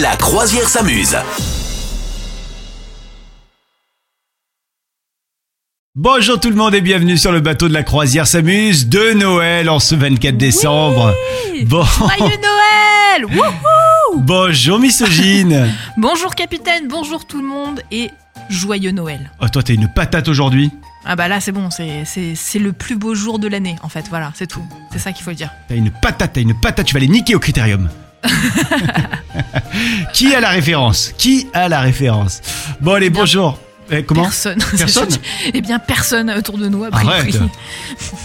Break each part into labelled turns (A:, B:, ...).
A: La croisière s'amuse.
B: Bonjour tout le monde et bienvenue sur le bateau de la croisière s'amuse de Noël en ce 24 décembre. Bon,
C: Joyeux Noël Wouhou
B: bonjour misogyne.
C: Bonjour capitaine, bonjour tout le monde et joyeux Noël.
B: Oh, toi t'es une patate aujourd'hui.
C: Ah bah là c'est bon, c'est- c'est c'est le plus beau jour de l'année en fait, voilà, c'est tout. C'est ça qu'il faut le dire.
B: T'as une patate, t'as une patate, tu vas les niquer au critérium. Qui a la référence Qui a la référence Bon allez, bonjour. Eh, comment
C: Personne. c'est
B: Personne
C: gentil. Eh bien personne autour de nous a pris.
B: Arrête.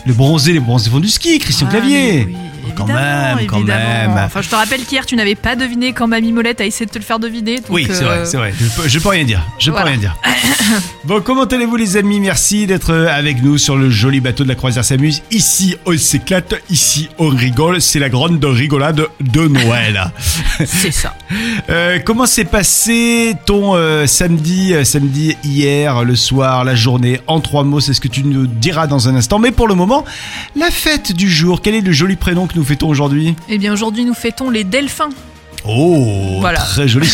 B: Le bronzé, les bronzés font du ski,
C: Ah,
B: Christian Clavier. Oh, Quand même, quand même.
C: Enfin, je te rappelle qu'hier, tu n'avais pas deviné quand Mamie Molette a essayé de te le faire deviner. donc,
B: Oui, c'est
C: euh,
B: vrai, c'est vrai. Je peux, je peux rien dire. Je peux
C: Voilà.
B: rien dire. Bon, comment allez-vous les amis Merci d'être euh, avec nous sur le joli bateau de la croisière s'amuse. Ici, on s'éclate. Ici, on rigole. C'est la grande rigolade de Noël.
C: C'est ça.
B: Euh, comment s'est passé ton euh, samedi, euh, samedi hier, le soir, la journée En trois mots, c'est ce que tu nous diras dans un instant. Mais pour le moment, la fête du jour. Quel est le joli prénom que nous fêtons aujourd'hui
C: Eh bien aujourd'hui, nous fêtons les Delphins.
B: Oh,
C: Voilà.
B: très joli.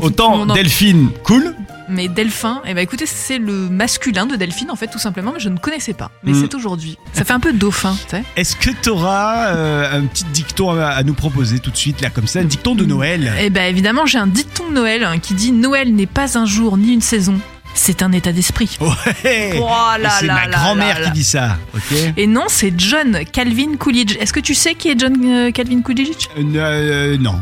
B: Autant
C: On en-
B: Delphine, cool.
C: Mais Delphin, eh ben écoutez, c'est le masculin de Delphine en fait tout simplement, mais je ne connaissais pas. Mais
B: Mm.
C: c'est aujourd'hui. Ça fait un peu dauphin, tu sais.
B: Est-ce que tu auras un petit dicton à, à nous proposer tout de suite, là, comme ça, un dicton de Noël
C: Eh ben évidemment, j'ai un dicton de Noël hein, qui dit Noël n'est pas un jour ni une saison, c'est un état d'esprit.
B: Ouais
C: Oh là
B: Et Eh, C'est
C: là
B: ma
C: là
B: grand-mère
C: là
B: qui dit ça, ok Euh,
C: Et non, c'est John Calvin Coolidge. Est-ce que tu sais qui est John euh, Calvin Coolidge
B: Euh, euh, non,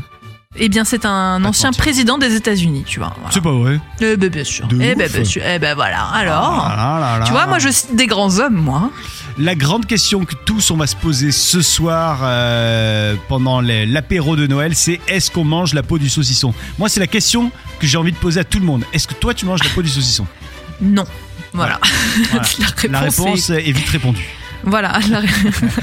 C: Eh bien, c'est un
B: Attends,
C: ancien
B: tiens.
C: président des États-Unis, tu vois. voilà.
B: c'est pas vrai.
C: Eh ben bien sûr.
B: De
C: eh ben
B: ouf.
C: bien sûr. Eh ben voilà. Alors,
B: Ah là là.
C: tu vois, moi je cite des grands hommes, moi.
B: La grande question que tous on va se poser ce soir euh, pendant les- l'apéro de Noël, c'est est-ce qu'on mange la peau du saucisson Moi, c'est la question que j'ai envie de poser à tout le monde. Est-ce que toi, tu manges la peau du saucisson
C: Non. Voilà.
B: Voilà. La
C: est-
B: réponse est vite répondue.
C: Voilà. la-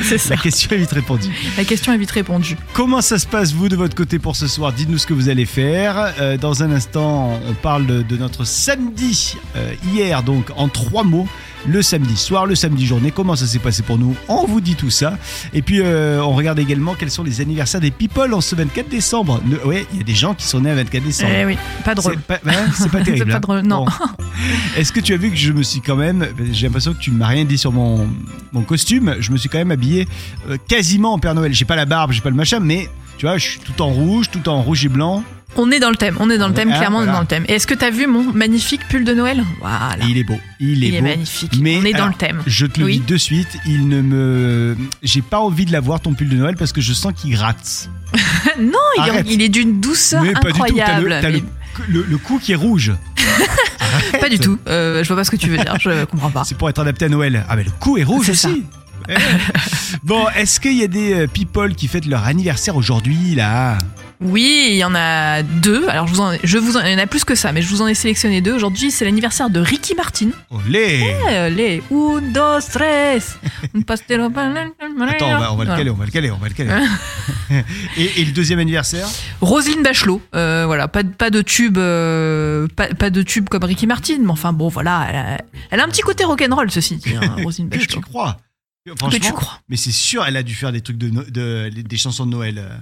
C: c'est ça. Eh
B: La question est vite répondue.
C: La question est vite répondue.
B: Comment ça se passe vous de votre côté pour ce soir Dites-nous ce que vous allez faire. Euh, dans un instant, on parle de, de notre samedi euh, hier, donc en trois mots. Le samedi soir, le samedi journée, comment ça s'est passé pour nous On vous dit tout ça. Et puis, euh, on regarde également quels sont les anniversaires des people en ce 24 décembre. Ne- ouais, il y a des gens qui sont nés à 24 décembre.
C: Eh oui, pas drôle.
B: C'est pas, hein, c'est pas
C: C'est
B: terrible.
C: pas
B: hein.
C: drôle, non.
B: Est-ce que tu as vu que je me suis quand même, j'ai l'impression que tu ne m'as rien dit sur mon, mon costume, je me suis quand même habillé euh, quasiment en Père Noël. J'ai pas la barbe, j'ai pas le machin, mais tu vois, je suis tout en rouge, tout en rouge et blanc.
C: On est dans le thème, on est dans le thème,
B: Ah,
C: clairement on est
B: voilà.
C: dans le thème. Et Est-ce que t'as vu mon magnifique pull de Noël Voilà.
B: Et il est beau, il est
C: Il est
B: beau.
C: magnifique.
B: Mais
C: on est
B: alors,
C: dans le thème.
B: Je te le
C: Oui.
B: dis de suite, il ne me, j'ai pas envie de l'avoir ton pull de Noël parce que je sens qu'il gratte.
C: non, il,
B: Arrête.
C: il est d'une douceur
B: mais pas
C: incroyable.
B: du tout. T'as le, t'as le, le, le cou qui est rouge.
C: Mais pas du tout. Euh, je vois pas ce que tu veux dire, je comprends pas.
B: C'est pour être adapté à Noël. Ah, mais le coup est rouge
C: C'est
B: aussi.
C: ça.
B: Eh. bon, est-ce qu'il y a des euh, people qui fêtent leur anniversaire aujourd'hui, là
C: Oui, il y en a deux. Alors je vous en, je vous en- il y en a plus que ça, mais je vous en ai sélectionné deux. Aujourd'hui, c'est l'anniversaire de Ricky Martin.
B: Olé
C: Eh, les un, dos, tres. Un pastel. Attends,
B: Attends, on va, on va le caler, on va le caler, on va le caler. et, et le deuxième anniversaire
C: Roselyne Bachelot, euh, voilà, pas, de- pas de tube, euh, pas, pas de tube comme Ricky Martin, mais enfin bon, voilà, elle a, elle a un petit côté rock'n'roll ceci, dit, hein, Roselyne
B: Que tu
C: Bachelot.
B: Ben, crois
C: Que
B: Franchement,
C: tu crois
B: mais c'est sûr, elle a dû faire des trucs de, no- de- des chansons de Noël. euh.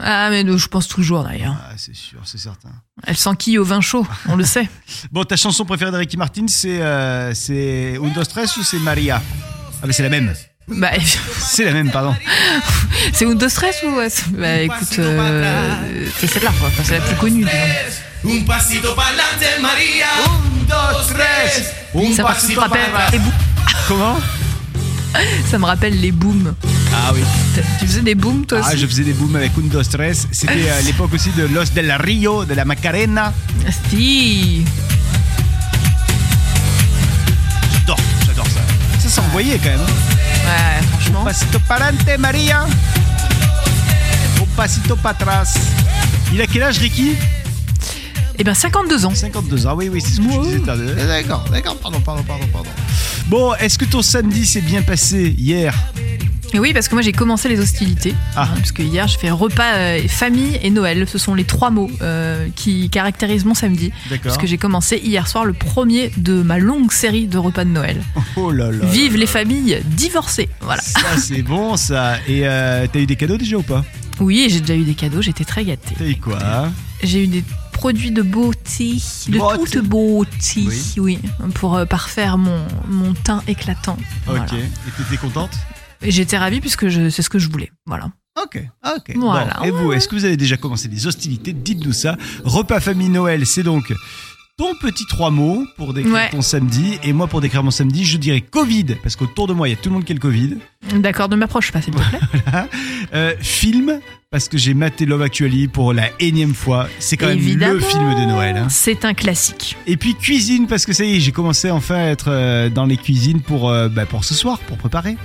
C: Ah mais je pense toujours d'ailleurs.
B: Ah, c'est sûr, c'est certain.
C: Elle s'enquille au vin chaud, on le sait.
B: Bon, ta chanson préférée de Ricky Martin, c'est euh, c'est Un, dos, tres ou c'est Maria Ah, mais c'est la même.
C: Bah,
B: C'est la même, pardon.
C: c'est une de stress ou ouais, c'est- Bah écoute, euh, c'est celle-là quoi, Enfin, c'est la plus connue. disons.
D: Un pasito para adelante, María. Un, dos, tres. Un
C: Ça, par- ça me
D: pasito para
C: rappelle les
D: atrás.
C: bou-
B: Comment
C: ça me rappelle les booms.
B: Ah oui.
C: T'as- Tu faisais des booms toi
B: Ah,
C: aussi
B: je faisais des booms avec Un, dos, tres. C'était à l'époque aussi de Los del Rio, de la Macarena.
C: Ah, Si.
B: J'adore, j'adore ça. Ça s'envoyait quand même. hein.
C: Ouais, franchement.
B: Pasito pa'lante, Maria. Un pasito patras. Il a quel âge, Ricky
C: Et ben 52 ans.
B: 52 ans. Ah oui, oui, c'est ce que je
C: Wow.
B: disais tout à l'heure. D'accord, d'accord, pardon, pardon, pardon, pardon. Bon, est-ce que ton samedi s'est bien passé hier
C: Et oui, parce que moi j'ai commencé les hostilités.
B: Ah.
C: hein, parce que hier j'ai fait repas, euh, famille et Noël. Ce sont les trois mots euh, qui caractérisent mon samedi.
B: D'accord.
C: Parce que j'ai commencé hier soir le premier de ma longue série de repas de Noël.
B: Oh là là.
C: Vive les familles divorcées. Voilà.
B: Ça, c'est bon, ça. Et euh, t'as eu des cadeaux déjà ou pas
C: Oui, j'ai déjà eu des cadeaux, j'étais très gâtée.
B: T'as eu quoi
C: j'ai eu des produits de beauté, de
B: Beauté.
C: toute beauté,
B: Oui.
C: oui, pour euh, parfaire mon, mon teint éclatant.
B: Ok.
C: Voilà.
B: Et t'étais contente
C: Et J'étais ravie puisque je- c'est ce que je voulais. Voilà.
B: Ok, ok.
C: Voilà.
B: Bon, et vous, est-ce que vous avez déjà commencé des hostilités Dites-nous ça. Repas famille Noël, c'est donc ton petit trois mots pour décrire
C: Ouais.
B: ton samedi. Et moi, pour décrire mon samedi, je dirais Covid, parce qu'autour de moi, il y a tout le monde qui a le Covid.
C: D'accord, ne m'approche pas, s'il te plaît.
B: Euh, film, parce que j'ai maté Love Actually pour la énième fois. C'est quand même le film de Noël. hein.
C: C'est un classique.
B: Et puis cuisine, parce que ça y est, j'ai commencé enfin à être euh, dans les cuisines pour, euh, bah, pour ce soir, pour préparer.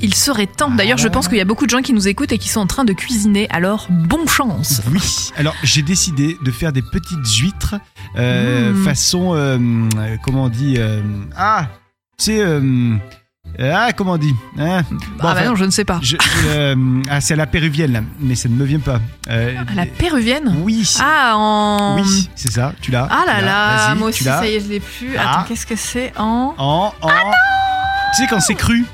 C: Il serait temps. D'ailleurs, je
B: Ah.
C: pense qu'il y a beaucoup de gens qui nous écoutent et qui sont en train de cuisiner. Alors, bonne chance.
B: Oui. Alors j'ai décidé de faire des petites huîtres euh,
C: Mm.
B: façon euh, euh, comment on dit euh, ah c'est euh, euh, ah comment on dit hein
C: ah
B: enfin,
C: bah non, je ne sais pas.
B: je- je, euh, ah c'est à la péruvienne là, mais ça ne me vient pas. Euh,
C: À Ah, La péruvienne
B: Oui.
C: Ah, en.
B: Oui, c'est ça. Tu l'as.
C: Ah là
B: tu l'as.
C: là,
B: Vas-y,
C: moi
B: tu
C: aussi,
B: l'as.
C: ça y est, Ah je l'ai plus.
B: Ah.
C: Attends, qu'est-ce que c'est en.
B: En en. tu sais quand c'est cru.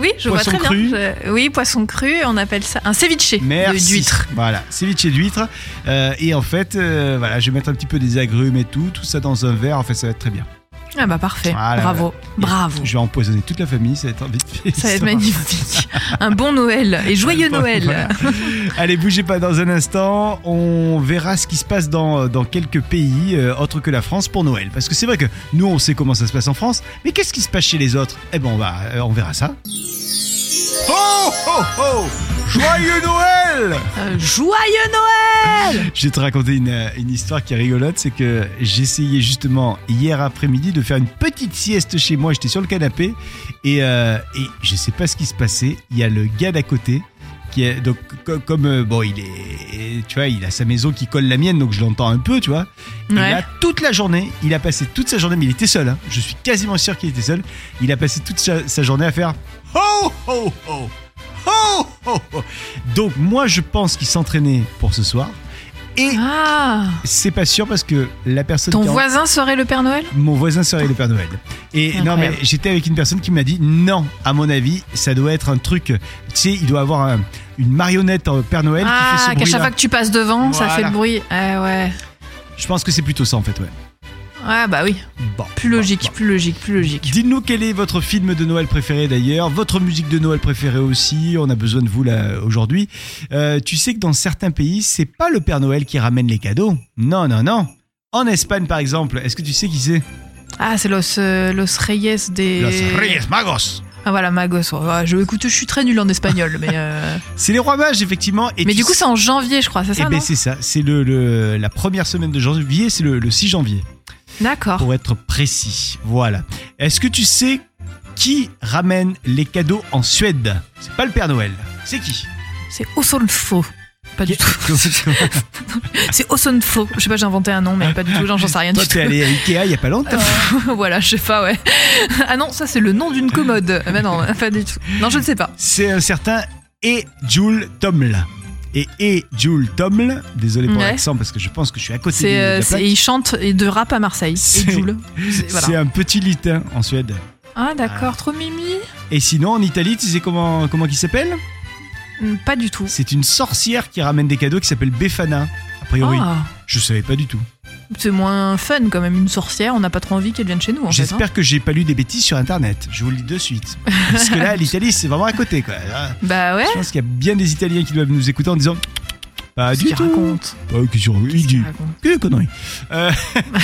C: Oui, je
B: Poisson
C: vois très
B: cru.
C: bien. Je- Oui, poisson cru, on appelle ça un ceviche
B: Merci.
C: de- d'huître.
B: Voilà, ceviche d'huître. Euh, et en fait, euh, voilà, je vais mettre un petit peu des agrumes et tout, tout ça dans un verre. En fait, ça va être très bien.
C: Ah bah parfait,
B: Voilà,
C: bravo, bravo.
B: Je vais empoisonner toute la famille, ça va être vite fait.
C: Ça va être magnifique. un bon Noël et joyeux Noël.
B: Voilà. Allez, bougez pas dans un instant. On verra ce qui se passe dans, dans quelques pays euh, autres que la France pour Noël. Parce que c'est vrai que nous, on sait comment ça se passe en France, mais qu'est-ce qui se passe chez les autres Eh ben, on, va, euh, on verra ça. Oh, oh, oh Joyeux Noël
C: Euh, joyeux Noël
B: Je vais te raconter une, euh, une histoire qui est rigolote, c'est que j'essayais justement hier après-midi de faire une petite sieste chez moi, j'étais sur le canapé et, euh, et je sais pas ce qui se passait, il y a le gars d'à côté qui est donc co- comme euh, bon il est tu vois il a sa maison qui colle la mienne donc je l'entends un peu tu vois Et
C: Ouais.
B: là, toute la journée il a passé toute sa journée mais il était seul hein. je suis quasiment sûr qu'il était seul il a passé toute sa, sa journée à faire ho ho ho ho ho ho donc moi je pense qu'il s'entraînait pour ce soir et
C: Ah
B: c'est pas sûr parce que la personne.
C: Ton
B: qui a-
C: voisin serait le Père Noël
B: Mon voisin serait le Père Noël. Et non, mais
C: Incroyable.
B: j'étais avec une personne qui m'a dit non, à mon avis, ça doit être un truc. Tu sais, il doit avoir un- une marionnette en Père Noël qui
C: Ah,
B: fait
C: qu'à
B: ce
C: chaque
B: bruit-là.
C: fois que tu passes devant, ça
B: Voilà.
C: fait le bruit. Eh ouais.
B: Je pense que c'est plutôt ça en fait, ouais.
C: Ah bah oui,
B: Bon.
C: plus
B: bon,
C: logique,
B: bon.
C: plus logique, plus logique.
B: Dites-nous quel est votre film de Noël préféré d'ailleurs, votre musique de Noël préférée aussi, on a besoin de vous là aujourd'hui. Euh, tu sais que dans certains pays, c'est pas le Père Noël qui ramène les cadeaux. Non, non, non. En Espagne par exemple, est-ce que tu sais qui c'est
C: Ah, c'est Los, euh, Los Reyes des...
B: Los Reyes Magos.
C: Ah voilà, Magos. Ouais, ouais, je, écoute, je suis très nul en espagnol, mais... euh,
B: C'est les rois mages, effectivement. Et
C: mais
B: tu
C: du coup,
B: sais-
C: c'est en janvier, je crois, c'est
B: Eh
C: ça,
B: ben,
C: non
B: c'est ça. C'est le, le- la première semaine de janvier, c'est le, le 6 janvier,
C: D'accord.
B: pour être précis. Voilà. Est-ce que tu sais qui ramène les cadeaux en Suède C'est pas le Père Noël. C'est qui
C: C'est Osonfo. Pas du tout.
B: Toi,
C: C'est Osonfo. Je sais pas, j'ai inventé un nom, mais pas du tout. Genre, j'en sais rien du tout. Euh,
B: t'es allé à Ikea il y a pas longtemps.
C: voilà, je sais pas, ouais. ah non, ça, c'est le nom d'une commode. Ah, Mais non, pas du tout. Non, je ne sais pas.
B: C'est un certain E. Jules Toml. Et E. Jules Toml, désolé pour
C: Ouais.
B: l'accent parce que je pense que je suis à côté de,
C: C'est,
B: de
C: euh,
B: la
C: c'est-
B: plaque.
C: et il chante et de rap à Marseille.
B: C'est-
C: Et Joule.
B: C'est
C: C'est- Voilà.
B: un petit lutin en Suède.
C: Ah, d'accord, trop mimi.
B: Et sinon, en Italie, tu sais comment, comment il s'appelle
C: Hmm, Pas du tout.
B: C'est une sorcière qui ramène des cadeaux qui s'appelle Befana. A priori,
C: Ah,
B: je savais pas du tout.
C: c'est moins fun quand même. Une sorcière, on n'a pas trop envie qu'elle vienne chez nous, en fait. hein.
B: J'espère que j'ai pas lu des bêtises sur internet. Je vous le dis de suite. Parce que là, l'Italie, c'est vraiment à côté. Quoi. Là,
C: Bah ouais.
B: Je pense qu'il y a bien des Italiens qui doivent nous écouter en disant Pas
C: Qu'est-ce
B: du
C: qu'il
B: tout.
C: raconte
B: Ah, qu'est-ce qu'il raconte
C: Qu'est-ce
B: Il
C: qu'il
B: dit
C: raconte
B: que des conneries. Euh,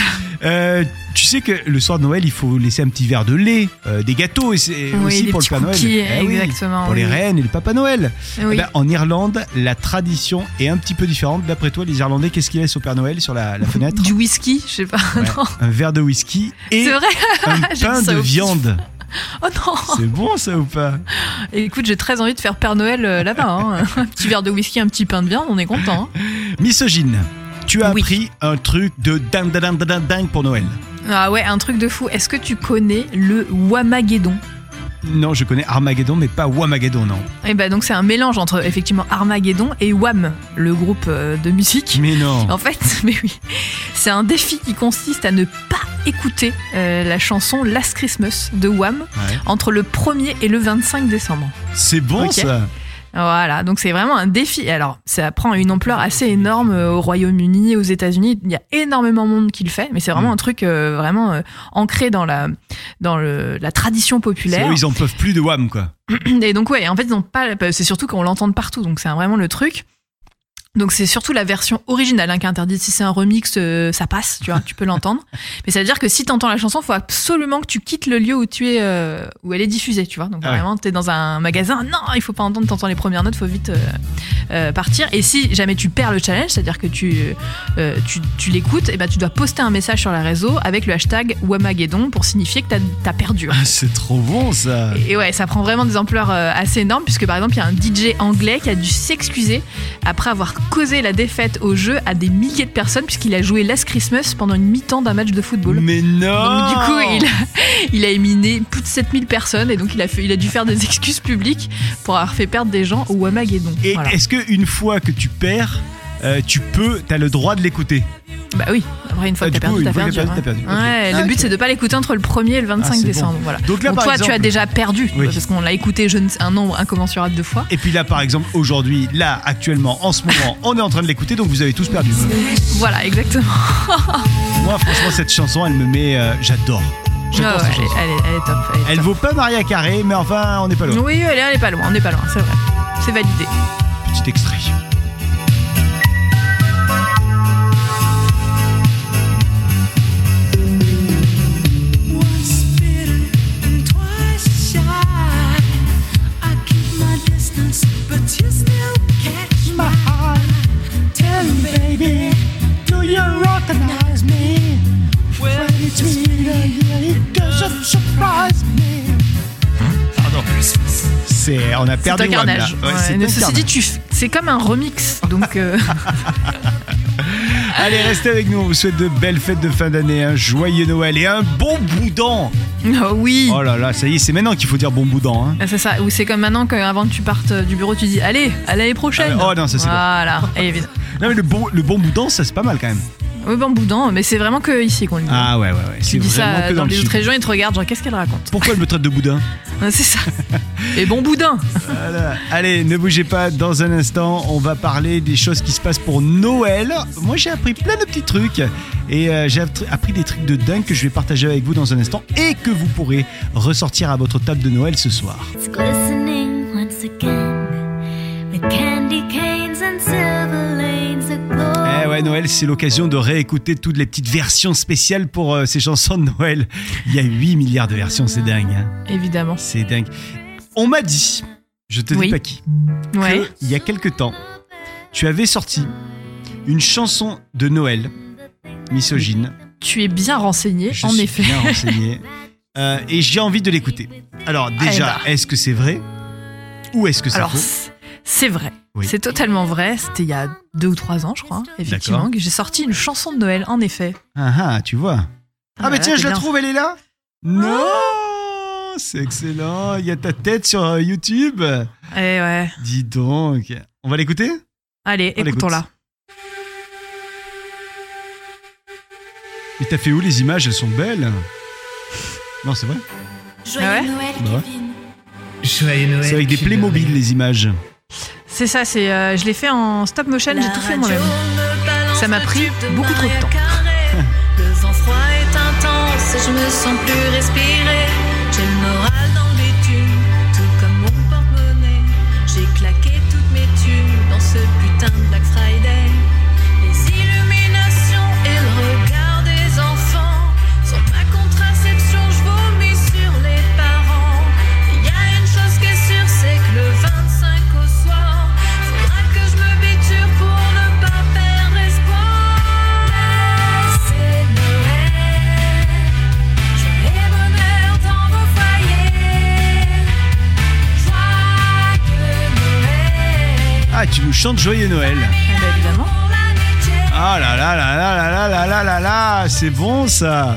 B: euh, tu sais que le soir de Noël, il faut laisser un petit verre de lait, euh, des gâteaux et c'est
C: Oui,
B: aussi
C: les
B: pour le
C: petits
B: Père Noël.
C: cookies,
B: Eh oui,
C: exactement.
B: Pour les
C: oui.
B: reines et le Papa Noël.
C: Oui.
B: Eh ben, en Irlande, la tradition est un petit peu différente. D'après toi, les Irlandais, qu'est-ce qu'ils laissent au Père Noël sur la, la fenêtre
C: Du whisky, je sais pas.
B: Ouais,
C: Non,
B: Un verre de whisky et
C: c'est vrai.
B: un
C: J'aime
B: pain
C: ça
B: de
C: aussi.
B: viande.
C: Oh non.
B: C'est bon ça ou pas
C: Et écoute, j'ai très envie de faire Père Noël euh, là-bas. hein. un petit verre de whisky, un petit pain de viande, on est content. hein.
B: Misogyne, tu as
C: Oui.
B: appris un truc de dingue, dingue, dingue, dingue, dingue pour Noël.
C: Ah ouais, un truc de fou. Est-ce que tu connais le Wamageddon
B: Non, je connais Armageddon, mais pas Wamageddon, non.
C: Et ben donc c'est un mélange entre effectivement Armageddon et Wham, le groupe euh, de musique.
B: Mais non.
C: En fait, mais oui, c'est un défi qui consiste à ne pas écouter euh, la chanson Last Christmas de Wham
B: Ouais.
C: entre le 1er et le 25 décembre.
B: C'est bon
C: Ok.
B: ça.
C: Voilà, donc c'est vraiment un défi. Alors, ça prend une ampleur assez énorme euh, au Royaume-Uni, aux États-Unis. Il y a énormément de monde qui le fait, mais c'est vraiment
B: Mm.
C: un truc euh, vraiment euh, ancré dans la dans le, la tradition
B: C'est
C: populaire.
B: eux, ils en peuvent plus de Wham, quoi.
C: Et donc ouais, en fait, ils ont pas. C'est surtout qu'on l'entend partout, donc c'est vraiment le truc. Donc c'est surtout la version originale hein, qui est interdite. Si c'est un remix, euh, ça passe, tu vois, tu peux l'entendre. Mais ça veut dire que si t'entends la chanson, faut absolument que tu quittes le lieu où tu es, euh, où elle est diffusée, tu vois. Donc
B: Ah ouais.
C: vraiment, t'es dans un magasin, non, il faut pas entendre, t'entends les premières notes, faut vite euh, euh, partir. Et si jamais tu perds le challenge, c'est-à-dire que tu, euh, tu, tu l'écoutes, et ben tu dois poster un message sur les réseaux avec le hashtag Wamageddon pour signifier que t'as t'as perdu.
B: Ah, c'est trop bon, ça.
C: Et ouais, ça prend vraiment des ampleurs euh, assez énormes, puisque par exemple, il y a un DJ anglais qui a dû s'excuser après avoir causé la défaite au jeu à des milliers de personnes, puisqu'il a joué Last Christmas pendant une mi-temps d'un match de football.
B: Mais non
C: Donc du coup, il a, il a éliminé plus de 7000 personnes et donc il a, fait, il a dû faire des excuses publiques pour avoir fait perdre des gens au Wamageddon.
B: Et
C: Voilà.
B: est-ce que une fois que tu perds, euh, tu peux, t'as le droit de l'écouter
C: Bah oui, après une fois
B: Ah,
C: que t'as
B: du coup, une
C: perdu, t'as
B: fois que
C: perdu.
B: t'as perdu,
C: hein.
B: t'as perdu, ok.
C: Ouais,
B: Ah,
C: le but
B: ok.
C: c'est de pas l'écouter entre le 1er et le 25
B: Ah, c'est
C: décembre. Voilà.
B: Donc là,
C: Donc
B: par
C: toi, tu as
B: exemple-
C: déjà perdu,
B: Oui.
C: parce qu'on l'a écouté je ne sais- un nombre incommensurable de fois.
B: Et puis là, par exemple, aujourd'hui, là, actuellement, en ce moment, on est en train de l'écouter, donc vous avez tous perdu.
C: Voilà, exactement.
B: Moi, franchement, cette chanson, elle me met. euh, J'adore. J'adore
C: Ah
B: cette
C: ouais,
B: chanson.
C: elle, est, elle est top. Elle, est
B: Elle
C: top.
B: vaut pas Maria Carré, mais enfin, on n'est pas loin.
C: Oui, elle est, elle est pas loin, on n'est pas loin, c'est vrai. C'est validé.
B: Petit extrait.
A: Once bitter and twice shy. I keep my distance, but you still catch my heart. Tell me, baby, do you recognize me? When it's me, yeah, it doesn't surprise me.
B: Hein Pardon. C'est, on a
C: C'est
B: perdu
C: un
B: Wham, là.
C: carnage.
B: Ouais,
C: Ouais,
B: c'est
C: mais
B: un
C: ceci
B: carnage.
C: dit, tu f- c'est comme un remix. Donc, euh,
B: Allez, restez avec nous. On vous souhaite de belles fêtes de fin d'année, un joyeux Noël et un bon boudin.
C: oh oui.
B: Oh là là, ça y est, c'est maintenant qu'il faut dire bon boudin. hein.
C: Ah, C'est ça, ou c'est comme maintenant qu'avant que tu partes euh, du bureau, tu dis allez, à l'année prochaine.
B: Ah ouais, oh non, ça, c'est bon.
C: Voilà, et évidemment.
B: Non, mais le bon, le bon boudin, ça c'est pas mal quand même.
C: Oui, bon boudin, mais c'est vraiment que ici qu'on le dit.
B: Ah ouais, ouais, ouais.
C: tu
B: C'est
C: dis
B: vraiment
C: ça
B: que
C: dans,
B: dans, le
C: les
B: sud.
C: autres régions, ils te regardent, genre qu'est-ce qu'elle raconte
B: Pourquoi elle me traite de boudin
C: Ah, C'est ça. Et bon boudin
B: Voilà. Allez, ne bougez pas. Dans un instant, on va parler des choses qui se passent pour Noël. Moi, j'ai appris plein de petits trucs et euh, j'ai appr- appris des trucs de dingue que je vais partager avec vous dans un instant et que vous pourrez ressortir à votre table de Noël ce soir.
E: It's glistening once again with candy canes and silver lanes of glory.
B: Eh ouais, Noël, c'est l'occasion de réécouter toutes les petites versions spéciales pour euh, ces chansons de Noël. Il y a 8 milliards de versions, c'est dingue. hein.
C: Évidemment.
B: C'est dingue. On m'a dit, je te dis
C: Oui.
B: pas qui,
C: Ouais.
B: que, il y a quelque temps, tu avais sorti une chanson de Noël misogyne.
C: Tu es bien renseigné,
B: Je
C: en
B: suis
C: effet.
B: bien renseigné. Euh, et j'ai envie de l'écouter. Alors déjà,
C: Ah,
B: est-ce que c'est vrai ou est-ce que c'est
C: Alors,
B: faux
C: c- c'est vrai.
B: Oui.
C: C'est totalement vrai. C'était il y a deux ou trois ans, je crois, effectivement,
B: D'accord.
C: que j'ai sorti une chanson de Noël, en effet.
B: Ah ah, tu vois. Ah, mais
C: voilà,
B: tiens,
C: t'es
B: je la
C: bien.
B: trouve, elle est là Non C'est excellent, il y a ta tête sur euh, YouTube.
C: Eh ouais.
B: Dis donc. On va l'écouter
C: Allez,
B: On l'écoute.
C: écoutons-la.
B: Mais t'as fait où les images Elles sont belles. Non, c'est vrai.
E: Joyeux
C: Ah ouais
E: Noël,
B: Bah ouais.
E: Kevin.
F: Joyeux Noël.
B: C'est avec des
F: Kinder.
B: Playmobil, les images.
C: C'est ça, c'est, euh, je l'ai fait en stop motion,
E: La
C: j'ai tout fait
E: radio
C: moi-même.
E: me balance
C: Ça m'a
E: le
C: pris
E: tube de
C: beaucoup trop de
E: Maria
C: temps.
E: Carré. le vent froid est intense, je me sens plus respirer. J'ai le moral dans le bitume, tout comme mon porte-monnaie. J'ai claqué toutes mes tubes dans ce putain de Black Friday. Les illuminations et le regard des enfants sont ma contraception, je vomis sur les parents. Il y a une chose qui est sûre, c'est que le 25 au soir, faudra que je me biture pour ne pas perdre espoir. C'est Noël, joyeux bonheur dans vos foyers. Joyeux Noël,
B: Ah, tu nous chantes Joyeux Noël.
C: Eh ben, évidemment.
E: pour l'année
B: Ah là là là là là là là là là là, c'est bon ça.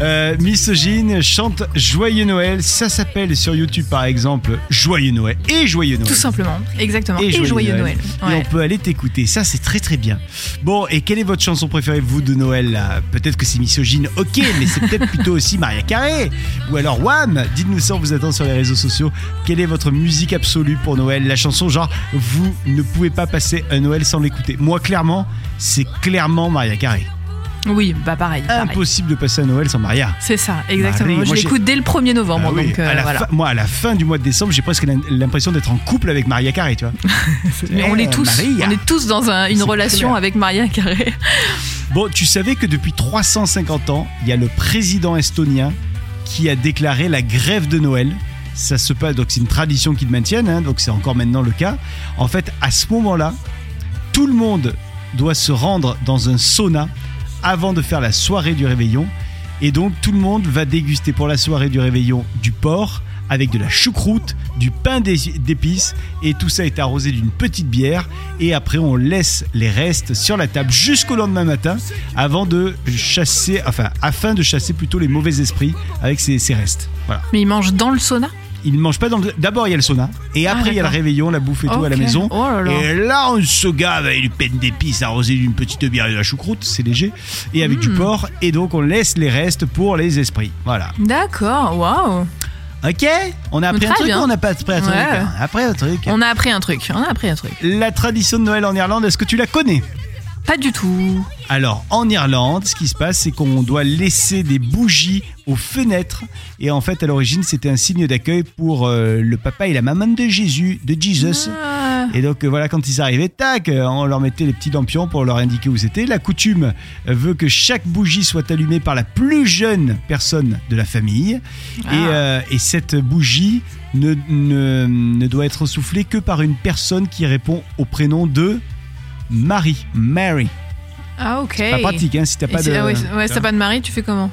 B: Euh, misogyne chante Joyeux Noël. Ça s'appelle sur YouTube par exemple Joyeux Noël et Joyeux Noël.
C: Tout simplement, exactement. Et, joyeux, Noël.
B: Et on
C: Ouais.
B: peut aller t'écouter. Ça, c'est très très bien. Bon, et quelle est votre chanson préférée, vous, de Noël là Peut-être que c'est misogyne, ok, mais c'est peut-être plutôt aussi Maria Carré. Ou alors Wham Dites-nous ça, on vous attend sur les réseaux sociaux. Quelle est votre musique absolue pour Noël La chanson, genre, vous ne pouvez pas passer un Noël sans l'écouter. Moi, clairement, c'est clairement Maria Carré.
C: Oui, bah pareil. pareil.
B: Impossible de passer un Noël sans Maria.
C: C'est ça, exactement.
B: Marie,
C: je
B: moi,
C: l'écoute dès le 1er novembre,
B: Ah oui,
C: donc euh,
B: à la
C: voilà.
B: fin- moi, à la fin du mois de décembre, j'ai presque l'im- l'impression d'être en couple avec Maria Carré, tu vois.
C: Mais on
B: Eh,
C: est tous,
B: Maria.
C: on est tous dans un- une
B: C'est
C: relation
B: clair.
C: avec Maria Carré.
B: Bon, tu savais que depuis 350 ans, il y a le président estonien qui a déclaré la grève de Noël. Ça se passe, donc c'est une tradition qu'ils maintiennent, hein, donc c'est encore maintenant le cas. En fait, à ce moment-là, tout le monde doit se rendre dans un sauna avant de faire la soirée du réveillon. Et donc tout le monde va déguster pour la soirée du réveillon du porc avec de la choucroute, du pain d'é- d'épices et tout ça est arrosé d'une petite bière et après on laisse les restes sur la table jusqu'au lendemain matin avant de chasser, enfin afin de chasser plutôt les mauvais esprits avec ces, ces restes. Voilà.
C: Mais il mange dans le sauna
B: Ils ne mangent pas dans le... D'abord il y a le sauna et
C: Ah,
B: après il y a le
C: d'accord.
B: réveillon, la bouffe et tout à la
C: Ok.
B: maison.
C: Oh là là.
B: Et là, on se gave avec du pain d'épices arrosé d'une petite bière et de la choucroute, c'est léger, et avec du
C: Hmm.
B: porc, et donc on laisse les restes pour les esprits. Voilà.
C: D'accord, waouh.
B: Ok On a appris
C: Très
B: un truc
C: bien.
B: ou on n'a pas appris un truc
C: Ouais.
B: On a appris un truc.
C: On a appris un truc, on a appris un truc.
B: La tradition de Noël en Irlande, est-ce que tu la connais
C: Pas du tout.
B: Alors, en Irlande, ce qui se passe, c'est qu'on doit laisser des bougies aux fenêtres. Et en fait, à l'origine, c'était un signe d'accueil pour euh, le papa et la maman de Jésus, de Jesus.
C: Ah,
B: Et donc euh, voilà, quand ils arrivaient, tac, euh, on leur mettait les petits lampions pour leur indiquer où c'était. La coutume euh, veut que chaque bougie soit allumée par la plus jeune personne de la famille.
C: Ah.
B: Et, euh, et cette bougie ne, ne- ne doit être soufflée que par une personne qui répond au prénom de Marie. Mary.
C: ah, ok.
B: Pas pratique, hein, si t'as
C: Et
B: pas
C: c'est-
B: de.
C: ah ouais, c'est- ouais, si t'as pas de mari, tu fais comment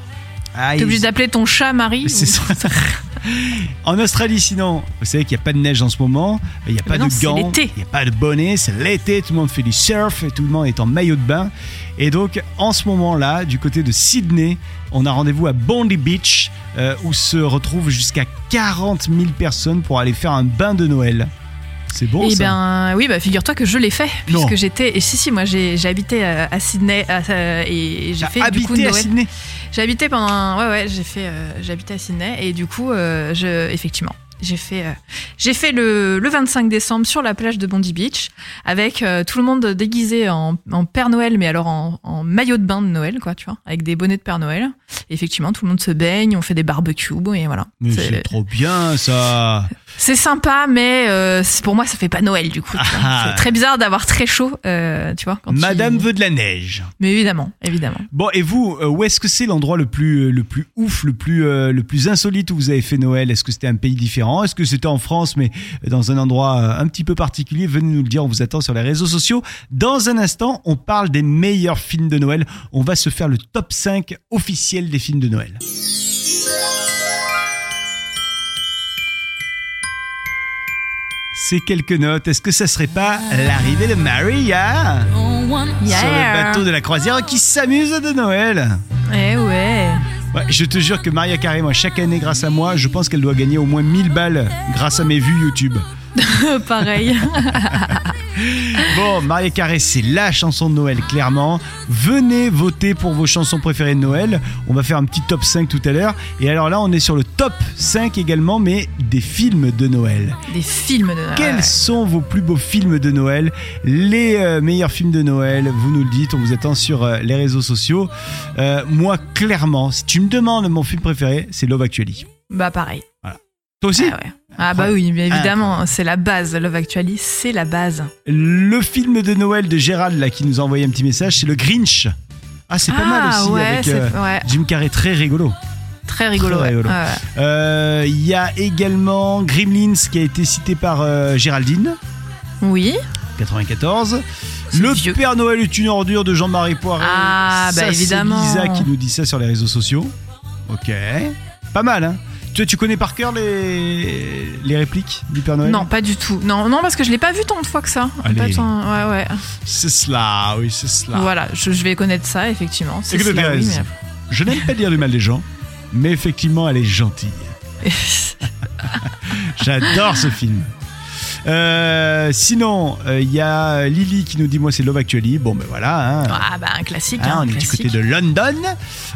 B: Ah,
C: T'es
B: il-
C: obligé d'appeler ton chat Marie
B: C'est
C: ou-
B: ça. En Australie, sinon, vous savez qu'il n'y a pas de neige en ce moment, il n'y a pas
C: non,
B: de
C: c'est
B: gants, il
C: l'été.
B: n'y a pas de bonnet, c'est l'été, tout le monde fait du surf, et tout le monde est en maillot de bain. Et donc, en ce moment-là, du côté de Sydney, on a rendez-vous à Bondi Beach, euh, où se retrouvent jusqu'à 40 000 personnes pour aller faire un bain de Noël. C'est bon
C: Eh
B: ça
C: bien, oui, bah, figure-toi que je l'ai fait,
B: Non.
C: puisque j'étais. Et si, si, moi, j'ai j'ai habité à, à Sydney à- euh, et j'ai
B: T'as
C: fait du
B: habité
C: coup
B: à
C: Noël.
B: Sydney
C: J'ai habité pendant. un- Ouais, ouais, j'ai fait. euh, j'ai habité à Sydney et du coup, euh, je, effectivement, j'ai fait. euh, j'ai fait le, le 25 décembre sur la plage de Bondi Beach avec euh, tout le monde déguisé en, en Père Noël, mais alors en, en maillot de bain de Noël, quoi, tu vois, avec des bonnets de Père Noël. Et effectivement, tout le monde se baigne, on fait des barbecues et voilà.
B: Mais
C: C'est-
B: c'est trop bien ça
C: c'est sympa, mais euh, c'est- pour moi, ça fait pas Noël du coup. tu vois.
B: Ah.
C: c'est très bizarre d'avoir très chaud, euh, tu vois. Quand tu-
B: Madame veut de la neige
C: Mais évidemment, évidemment.
B: Bon, et vous, euh, où est-ce que c'est l'endroit le plus, euh, le plus ouf, le plus, euh, le plus insolite où vous avez fait Noël Est-ce que c'était un pays différent Est-ce que c'était en France, mais dans un endroit euh, un petit peu particulier Venez nous le dire, on vous attend sur les réseaux sociaux. Dans un instant, on parle des meilleurs films de Noël. On va se faire le top 5 officiel des films de Noël. Ces quelques notes, est-ce que ça serait pas l'arrivée de Maria sur le
C: Yeah.
B: bateau de la croisière qui s'amuse de Noël.
C: Eh ouais.
B: Ouais, je te jure que Maria Carré, moi, chaque année, grâce à moi, je pense qu'elle doit gagner au moins 1000 balles grâce à mes vues YouTube.
C: Pareil.
B: Bon, Maria Carré, c'est la chanson de Noël, clairement. Venez voter pour vos chansons préférées de Noël. On va faire un petit top 5 tout à l'heure. Et alors là, on est sur le top 5 également, mais des films de Noël.
C: Des films de Noël.
B: Quels sont vos plus beaux films de Noël Les euh, meilleurs films de Noël Vous nous le dites, on vous attend sur euh, les réseaux sociaux. Euh, moi, clairement, si tu me demandes mon film préféré, c'est Love Actually.
C: Bah pareil.
B: Toi aussi
C: Ah ouais. Ah bah oui, mais évidemment, c'est la base. Love Actually, c'est la base.
B: Le film de Noël de Gérald là, qui nous a envoyé un petit message, c'est le Grinch. Ah, c'est pas mal
C: Ah
B: aussi
C: ouais,
B: avec
C: c'est-
B: euh,
C: ouais.
B: Jim Carrey, très rigolo.
C: Très rigolo.
B: Très
C: ouais.
B: rigolo.
C: Ouais, ouais.
B: Euh, Il y a également Gremlins qui a été cité par euh, Géraldine,
C: Oui.
B: 94. Le
C: vieux.
B: Père Noël est une ordure de Jean-Marie Poiré.
C: Ah,
B: Ça,
C: bah,
B: c'est
C: évidemment.
B: Lisa qui nous dit ça sur les réseaux sociaux. Ok. Pas mal, hein tu, tu connais par cœur les, les répliques du Père Noël
C: Non, pas du tout. Non, non, parce que je l'ai pas vu tant de fois que ça.
B: Allez. Ah.
C: Pas tant- Ouais, ouais.
B: C'est cela, oui, c'est cela.
C: Voilà, je, je vais connaître ça effectivement. C'est
B: Écoute,
C: cela, oui,
B: Thérèse.
C: mais-
B: Je n'aime pas dire du mal des gens, mais effectivement, elle est gentille. J'adore ce film. Euh, sinon, euh, il y a Lily qui nous dit Moi, c'est Love Actually. Bon, ben voilà. hein.
C: Ah bah un classique.
B: Hein,
C: hein,
B: on est du
C: classique.
B: côté de London.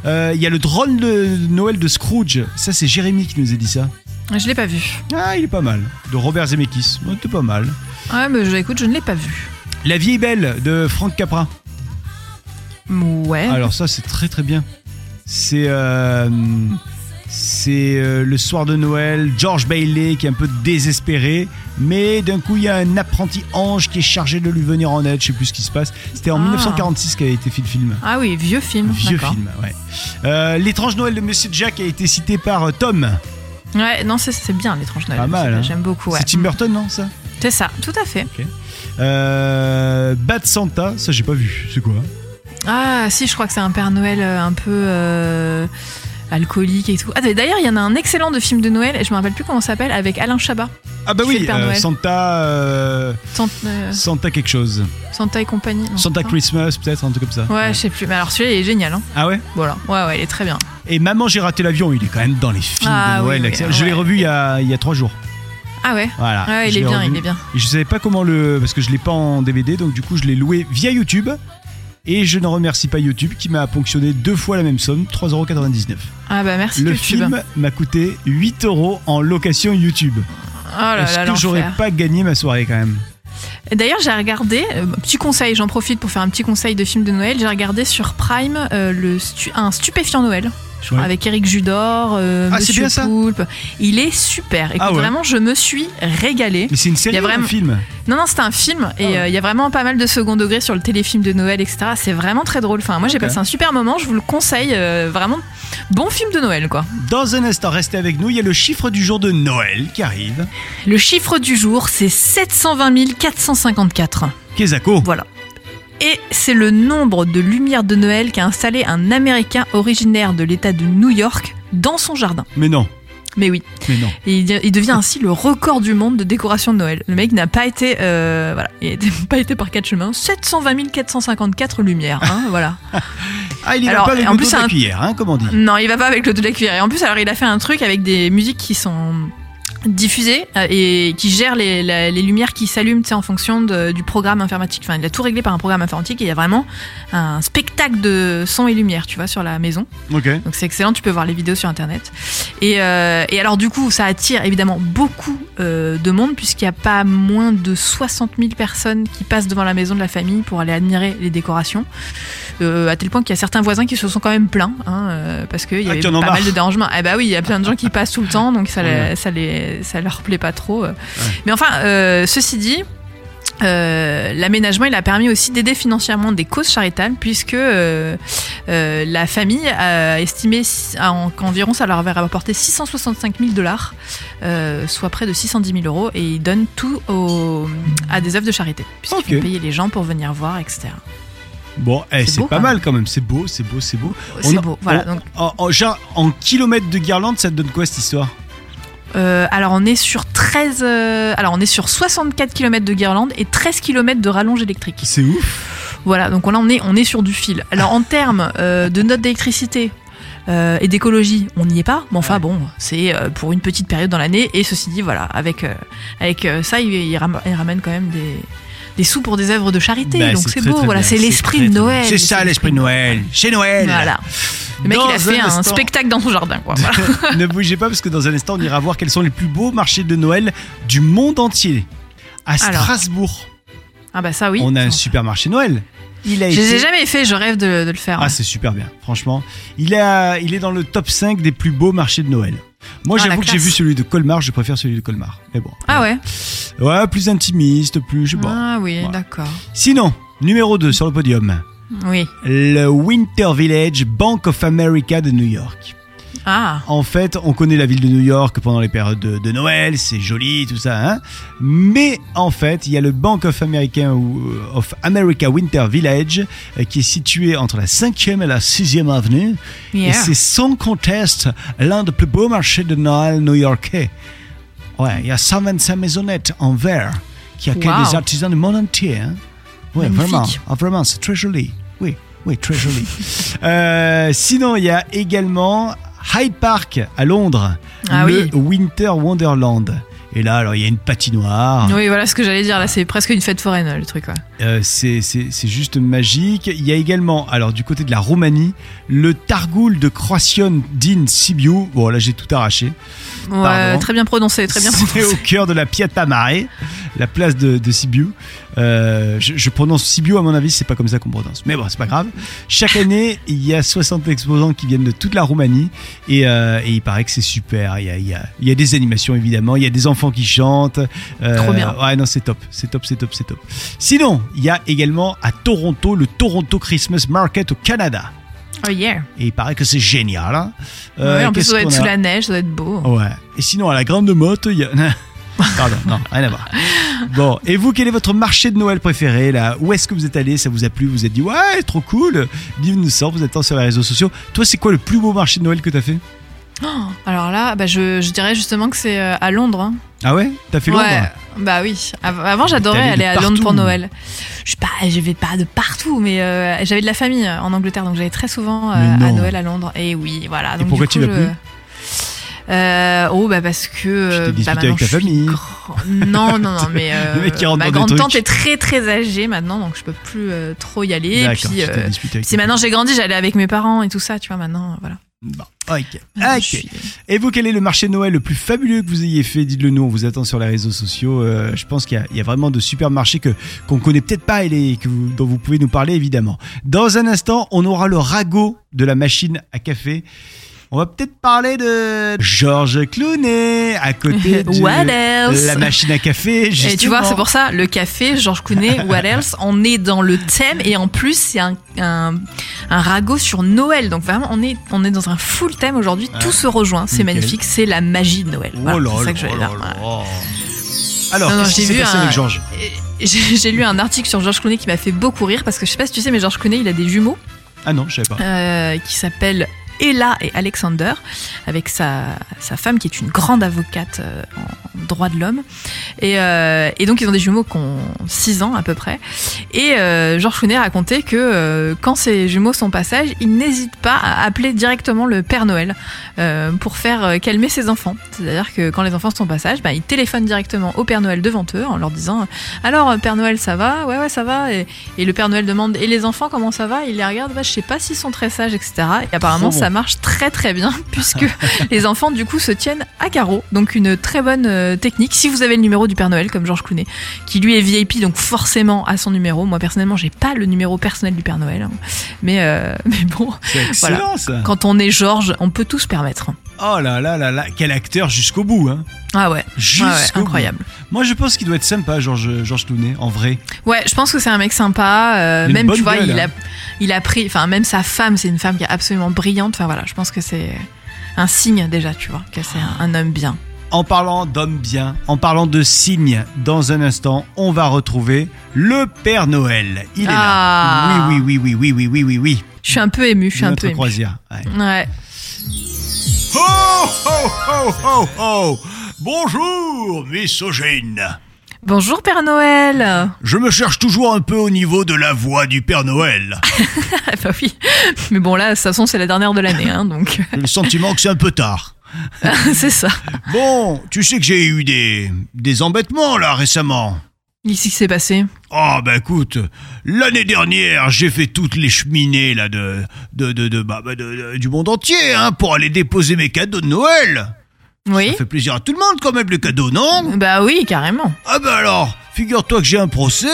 B: Euh, Il y a le drone de Noël de Scrooge. Ça, c'est Jérémy qui nous a dit ça.
C: Je l'ai pas vu.
B: Ah, il est pas mal. De Robert Zemeckis. Ouais, C'était pas mal.
C: Ouais, mais je, écoute, je ne l'ai pas vu.
B: La vieille belle de Franck Capra.
C: Ouais.
B: Alors ça, c'est très très bien. C'est euh, c'est euh, le soir de Noël, George Bailey qui est un peu désespéré, mais d'un coup il y a un apprenti ange qui est chargé de lui venir en aide. Je sais plus ce qui se passe. C'était en
C: Ah.
B: 1946 qu'a été fait le film.
C: Ah oui, vieux film.
B: Vieux
C: d'accord.
B: film, ouais. Euh, L'étrange Noël de Monsieur Jack a été cité par euh, Tom.
C: Ouais, non, c'est- c'est bien l'étrange Noël.
B: Pas mal, hein.
C: J'aime beaucoup. Ouais.
B: C'est Tim Burton, non ça
C: C'est ça, tout à fait.
B: euh, Bad Santa, ça j'ai pas vu. C'est quoi
C: Ah si, je crois que c'est un Père Noël euh, un peu euh, alcoolique et tout. Ah mais d'ailleurs, il y en a un excellent de film de Noël, et je me rappelle plus comment ça s'appelle, avec Alain Chabat.
B: Ah bah
C: Qui fait
B: oui,
C: le Père Noël
B: Santa, euh,
C: Tant- euh,
B: Santa quelque chose.
C: Santa et compagnie. non,
B: Santa
C: c'est ça
B: Christmas peut-être, un truc comme ça.
C: Ouais, je sais plus. Mais alors celui-là, il est génial. Hein.
B: Ah ouais
C: Voilà. Ouais, ouais, il est très bien.
B: Et Maman, j'ai raté l'avion, il est quand même dans les films
C: Ah
B: de Noël.
C: oui, oui,
B: Axel.
C: oui,
B: je l'ai
C: ouais.
B: revu il y, a, il y a trois jours.
C: Ah ouais.
B: Voilà.
C: Ouais, il
B: Je
C: est
B: l'ai
C: bien,
B: revu.
C: il est bien.
B: Et je savais pas comment le. Parce que je l'ai pas en DVD, donc du coup, je l'ai loué via YouTube. Et je n'en remercie pas YouTube qui m'a ponctionné deux fois la même somme, 3,99€.
C: Ah bah merci
B: Le
C: YouTube.
B: film m'a coûté 8 euros en location YouTube.
C: Oh là
B: Est-ce
C: là,
B: que j'aurais
C: l'enfer.
B: pas gagné ma soirée quand même
C: Et D'ailleurs, j'ai regardé, euh, petit conseil, j'en profite pour faire un petit conseil de film de Noël, j'ai regardé sur Prime euh, le stu- un stupéfiant Noël. je crois,
B: Ouais.
C: Avec Eric Judor, euh,
B: Ah, c'est
C: Monsieur
B: bien ça
C: Poulpe. Il est super. Écoute,
B: Ah ouais.
C: vraiment, je me suis régalée.
B: Mais c'est une série
C: Il y a
B: ou un
C: vraiment-
B: film
C: Non, non, c'est un film et euh, il
B: Ah ouais.
C: y a vraiment pas mal de second degré sur le téléfilm de Noël, etc. C'est vraiment très drôle. Enfin, moi, j'ai
B: Ok.
C: passé un super moment, je vous le conseille. euh, vraiment, bon film de Noël, quoi.
B: Dans un instant, restez avec nous, il y a le chiffre du jour de Noël qui arrive.
C: Le chiffre du jour, c'est 720 454.
B: Kezako
C: Voilà. Et c'est le nombre de lumières de Noël qu'a installé un Américain originaire de l'État de New York dans son jardin.
B: Mais non,
C: Mais oui,
B: mais non.
C: Et il, il devient ainsi le record du monde de décoration de Noël. Le mec n'a pas été, euh, voilà, il n'a pas été par quatre chemins. 720 454 lumières, hein, voilà.
B: Ah, il y va
C: Alors,
B: pas avec
C: en
B: le
C: plus,
B: dos de
C: c'est
B: la
C: un-
B: cuillère, hein, comme on dit.
C: Non, il va pas avec le dos de la cuillère. Et en plus, alors il a fait un truc avec des musiques qui sont diffusées euh, et qui gèrent les, la- les lumières qui s'allument tu sais, en fonction de- du programme informatique. Enfin, il a tout réglé par un programme informatique et il y a vraiment un spectacle de son et lumière, tu vois, sur la maison.
B: Ok.
C: Donc c'est excellent, tu peux voir les vidéos sur internet. Et, euh, et alors du coup, ça attire évidemment beaucoup euh, de monde puisqu'il n'y a pas moins de 60 000 personnes qui passent devant la maison de la famille pour aller admirer les décorations. Euh, à tel point qu'il y a certains voisins qui se sont quand même plaints hein, euh, parce qu'il y
B: Ah,
C: avait
B: qu'il y en
C: pas
B: a marre.
C: mal de dérangements. Ah bah oui, il y a plein de gens qui passent tout le temps, donc ça,
B: Ouais.
C: les- ça, les, ça leur plaît pas trop. euh. Mais enfin, euh, ceci dit, euh, l'aménagement, il a permis aussi d'aider financièrement des causes charitables, puisque euh, euh, la famille a estimé si- en- qu'environ ça leur avait rapporté 665 000 dollars, euh, soit près de 610 000 euros, et ils donnent tout au- à des œuvres de charité, puisqu'ils
B: Ok.
C: font payer les gens pour venir voir, etc.
B: Bon, eh,
C: C'est
B: c'est
C: beau, hein.
B: pas
C: quand
B: mal quand même. C'est beau, c'est beau, c'est beau.
C: C'est
B: a-
C: beau. Voilà.
B: on-
C: donc,
B: en, en- genre, en kilomètres de guirlande, ça te donne quoi cette histoire
C: euh, alors on est sur 13, euh, alors on est sur 64 km de guirlande et 13 km de rallonge électrique.
B: C'est ouf.
C: Voilà, donc là on est, on est sur du fil. Alors en termes euh, de notes d'électricité euh, et d'écologie, on n'y est pas, mais enfin bon, c'est euh, pour une petite période dans l'année. Et ceci dit, voilà, avec, euh, avec euh, ça, il, il ram- il ramène quand même des, des sous pour des œuvres de charité.
B: Bah,
C: donc c'est
B: très,
C: beau,
B: très
C: voilà,
B: bien.
C: c'est l'esprit
B: très,
C: de
B: très bien.
C: Noël.
B: C'est ça l'esprit de Noël. Chez Noël.
C: Voilà. Le mec,
B: Dans
C: il a fait un
B: instant-
C: spectacle dans son jardin, quoi. Voilà.
B: ne bougez pas parce que dans un instant, on ira voir quels sont les plus beaux marchés de Noël du monde entier. À
C: Alors,
B: Strasbourg,
C: Ah bah ça, oui.
B: on a un
C: Enfin,
B: supermarché Noël. Il a
C: Je les
B: été-
C: ai jamais hein. fait, je rêve de, de le faire.
B: Ah, c'est super bien, franchement. Il, a, il est dans le top 5 des plus beaux marchés de Noël. Moi,
C: Ah, la
B: j'avoue que j'ai
C: classe.
B: vu celui de Colmar, je préfère celui de Colmar. Mais bon.
C: Ah ouais
B: Ouais, plus intimiste, plus. Je sais pas.
C: Ah oui,
B: Voilà.
C: d'accord.
B: Sinon, numéro 2 sur le podium,
C: Oui.
B: le Winter Village Bank of America de New York.
C: Ah,
B: En fait, on connaît la ville de New York pendant les périodes de, de Noël, c'est joli, tout ça, hein. Mais en fait, il y a le Bank of America, ou- euh, of America Winter Village euh, qui est situé entre la 5e et la 6e avenue.
C: yeah.
B: Et c'est sans conteste l'un des plus beaux marchés de Noël new-yorkais. Ouais, il y a 125 maisonnettes en verre qui accueillent
C: Wow.
B: des artisans du monde entier. hein. Ouais,
C: Magnifique.
B: vraiment, ah, vraiment, c'est très joli. Oui. Oui, très joli. Euh, sinon, il y a également Hyde Park à Londres,
C: Ah
B: le Winter Wonderland. Et là, alors, il y a une patinoire.
C: Oui, voilà ce que j'allais dire. Là, c'est presque une fête foraine, le truc. ouais.
B: Euh, c'est c'est- c'est juste magique. Il y a également, alors du côté de la Roumanie, le Targoul de Croațion din Sibiu. Bon, là j'ai tout arraché.
C: Ouais,
B: Pardon.
C: très bien prononcé, très bien
B: C'est au
C: prononcé.
B: cœur de la Piata Mare, la place de, de Sibiu. Euh, je, je prononce Sibiu, à mon avis, c'est pas comme ça qu'on prononce. Mais bon, c'est pas grave. Chaque année, il y a 60 exposants qui viennent de toute la Roumanie. Et, euh, et il paraît que c'est super. Il y, a, il, y a, il y a des animations, évidemment. Il y a des enfants qui chantent. Euh,
C: Trop bien.
B: Ouais, non, c'est top. C'est top, c'est top, c'est top. Sinon, il y a également à Toronto le Toronto Christmas Market au Canada.
C: Oh yeah.
B: Et il paraît que c'est génial. hein. Euh,
C: Ouais, en plus,
B: qu'est-ce
C: ça doit être
B: qu'on
C: sous
B: a Oh.
C: la neige, ça doit être beau.
B: Ouais. Et sinon, à la Grande Motte, il y a. Pardon, non, rien à voir. Bon, et vous, quel est votre marché de Noël préféré là Où est-ce que vous êtes allé Ça vous a plu Vous vous êtes dit, ouais, trop cool Dites-nous ça, vous êtes sur les réseaux sociaux. Toi, c'est quoi le plus beau marché de Noël que t'as fait
C: Alors là, bah, je, je dirais justement que c'est euh, à Londres. hein.
B: Ah ouais T'as fait Londres
C: Ouais, bah oui. Av- Avant,
B: T'es
C: j'adorais
B: allé de
C: aller à Londres
B: partout.
C: pour Noël. Je suis pas, je vais pas de partout, mais euh, j'avais de la famille euh, en Angleterre, donc j'allais très souvent euh,
B: Mais non.
C: à Noël à Londres. Et oui, voilà. Donc,
B: pourquoi
C: du coup,
B: tu vas
C: je-
B: plus
C: Euh, oh bah parce que euh,
B: discuté
C: bah, maintenant,
B: avec ta
C: je suis
B: famille.
C: grand- Non non non mais euh,
B: Le mec qui rentre
C: ma
B: dans des
C: grande
B: trucs.
C: tante est très très âgée maintenant donc je peux plus euh, trop y aller et
B: D'accord,
C: puis
B: tu t'es
C: euh,
B: disputé avec
C: si maintenant j'ai grandi j'allais avec mes parents et tout ça tu vois maintenant voilà
B: Bon, ok.
C: Maintenant,
B: Ah, Ok.
C: je suis-
B: Et vous, quel est le marché de Noël le plus fabuleux que vous ayez fait Dites-le nous, on vous attend sur les réseaux sociaux. Euh, je pense qu'il y a- il y, a vraiment de super marchés que qu'on connaît peut-être pas et les- que vous- dont vous pouvez nous parler évidemment. Dans un instant, on aura le ragot de la machine à café. On va peut-être parler de Georges Clooney à côté de
C: What else
B: la machine à café. Justement.
C: Et tu vois, c'est pour ça, le café, Georges Clooney, What Else, on est dans le thème et en plus, c'est un, un, un ragot sur Noël. Donc vraiment, on est, on est dans un full thème aujourd'hui. Tout se rejoint, c'est
B: Ah, nickel.
C: magnifique, c'est la magie de Noël.
B: Oh
C: Voilà,
B: là
C: c'est ça
B: là
C: que je vais
B: là
C: dire.
B: là.
C: Voilà.
B: Alors,
C: Non, non,
B: qu'est-ce qui
C: j'ai
B: s'est
C: vu
B: passé
C: un-
B: avec Georges
C: Et J'ai j'ai lu un article sur Georges Clooney qui m'a fait beaucoup rire parce que je sais pas si tu sais, mais Georges Clooney, il a des jumeaux
B: Ah non, je savais pas.
C: euh, qui s'appellent Ella et Alexander, avec sa, sa femme qui est une grande avocate euh, en droit de l'homme. Et, euh, et donc ils ont des jumeaux qui ont 6 ans à peu près. Et euh, Georges Clooney racontait que euh, quand ces jumeaux sont au passage, il n'hésite pas à appeler directement le Père Noël euh, pour faire euh, calmer ses enfants. C'est-à-dire que quand les enfants sont au passage, bah, il téléphone directement au Père Noël devant eux en leur disant Alors euh, Père Noël ça va Ouais ouais ça va. Et, et le Père Noël demande Et les enfants comment ça va Il les regarde, bah, je sais pas s'ils sont très sages, etc. Et apparemment
B: Trop bon.
C: ça marche très très bien puisque les enfants du coup se tiennent à carreau. Donc une très bonne euh, technique. Si vous avez le numéro du Père Noël comme Georges Clooney, qui lui est VIP, donc forcément à son numéro. Moi personnellement, j'ai pas le numéro personnel du Père Noël, hein. mais euh, mais bon,
B: C'est excellent ça.
C: quand on est Georges, on peut tout se permettre.
B: Oh là là là là, quel acteur jusqu'au bout. Hein.
C: Ah ouais,
B: Jusqu'au
C: ouais, ouais,
B: bout.
C: incroyable.
B: Moi, je pense qu'il doit être sympa, Georges Georges Clooney, en vrai.
C: Ouais, je pense que c'est un mec sympa. euh,
B: Il a une
C: même
B: bonne
C: tu vois,
B: gueule,
C: il
B: hein.
C: a il a pris, enfin même sa femme, c'est une femme qui est absolument brillante. Enfin voilà, je pense que c'est un signe déjà, tu vois, que c'est un, un homme bien.
B: En parlant d'hommes bien, en parlant de signes, dans un instant, on va retrouver le Père Noël. Il est là.
C: Ah.
B: Oui, oui, oui, oui, oui, oui, oui, oui, oui.
C: Je suis un peu ému, je suis un
B: Notre
C: peu ému.
B: croisière. ouais.
C: Ouais.
B: Oh, oh, oh, oh, oh. Bonjour, misogyne.
C: Bonjour Père Noël. Ah,
B: Je me cherche toujours un peu au niveau de la voix du Père Noël.
C: Ah bah oui. Mais bon là, de toute façon, c'est la dernière de l'année, hein, donc
B: J'ai le sentiment que c'est un peu tard.
C: c'est ça.
B: Bon, tu sais que j'ai eu des, des embêtements là récemment.
C: Ici, que c'est passé.
B: Ah bah écoute, l'année dernière, j'ai fait toutes les cheminées là de de de, de- bah, bah, de- de- du monde entier hein, pour aller déposer mes cadeaux de Noël.
C: Oui.
B: Ça fait plaisir à tout le monde quand même les cadeaux, non
C: Bah oui, carrément.
B: Ah bah alors, figure-toi que j'ai un procès.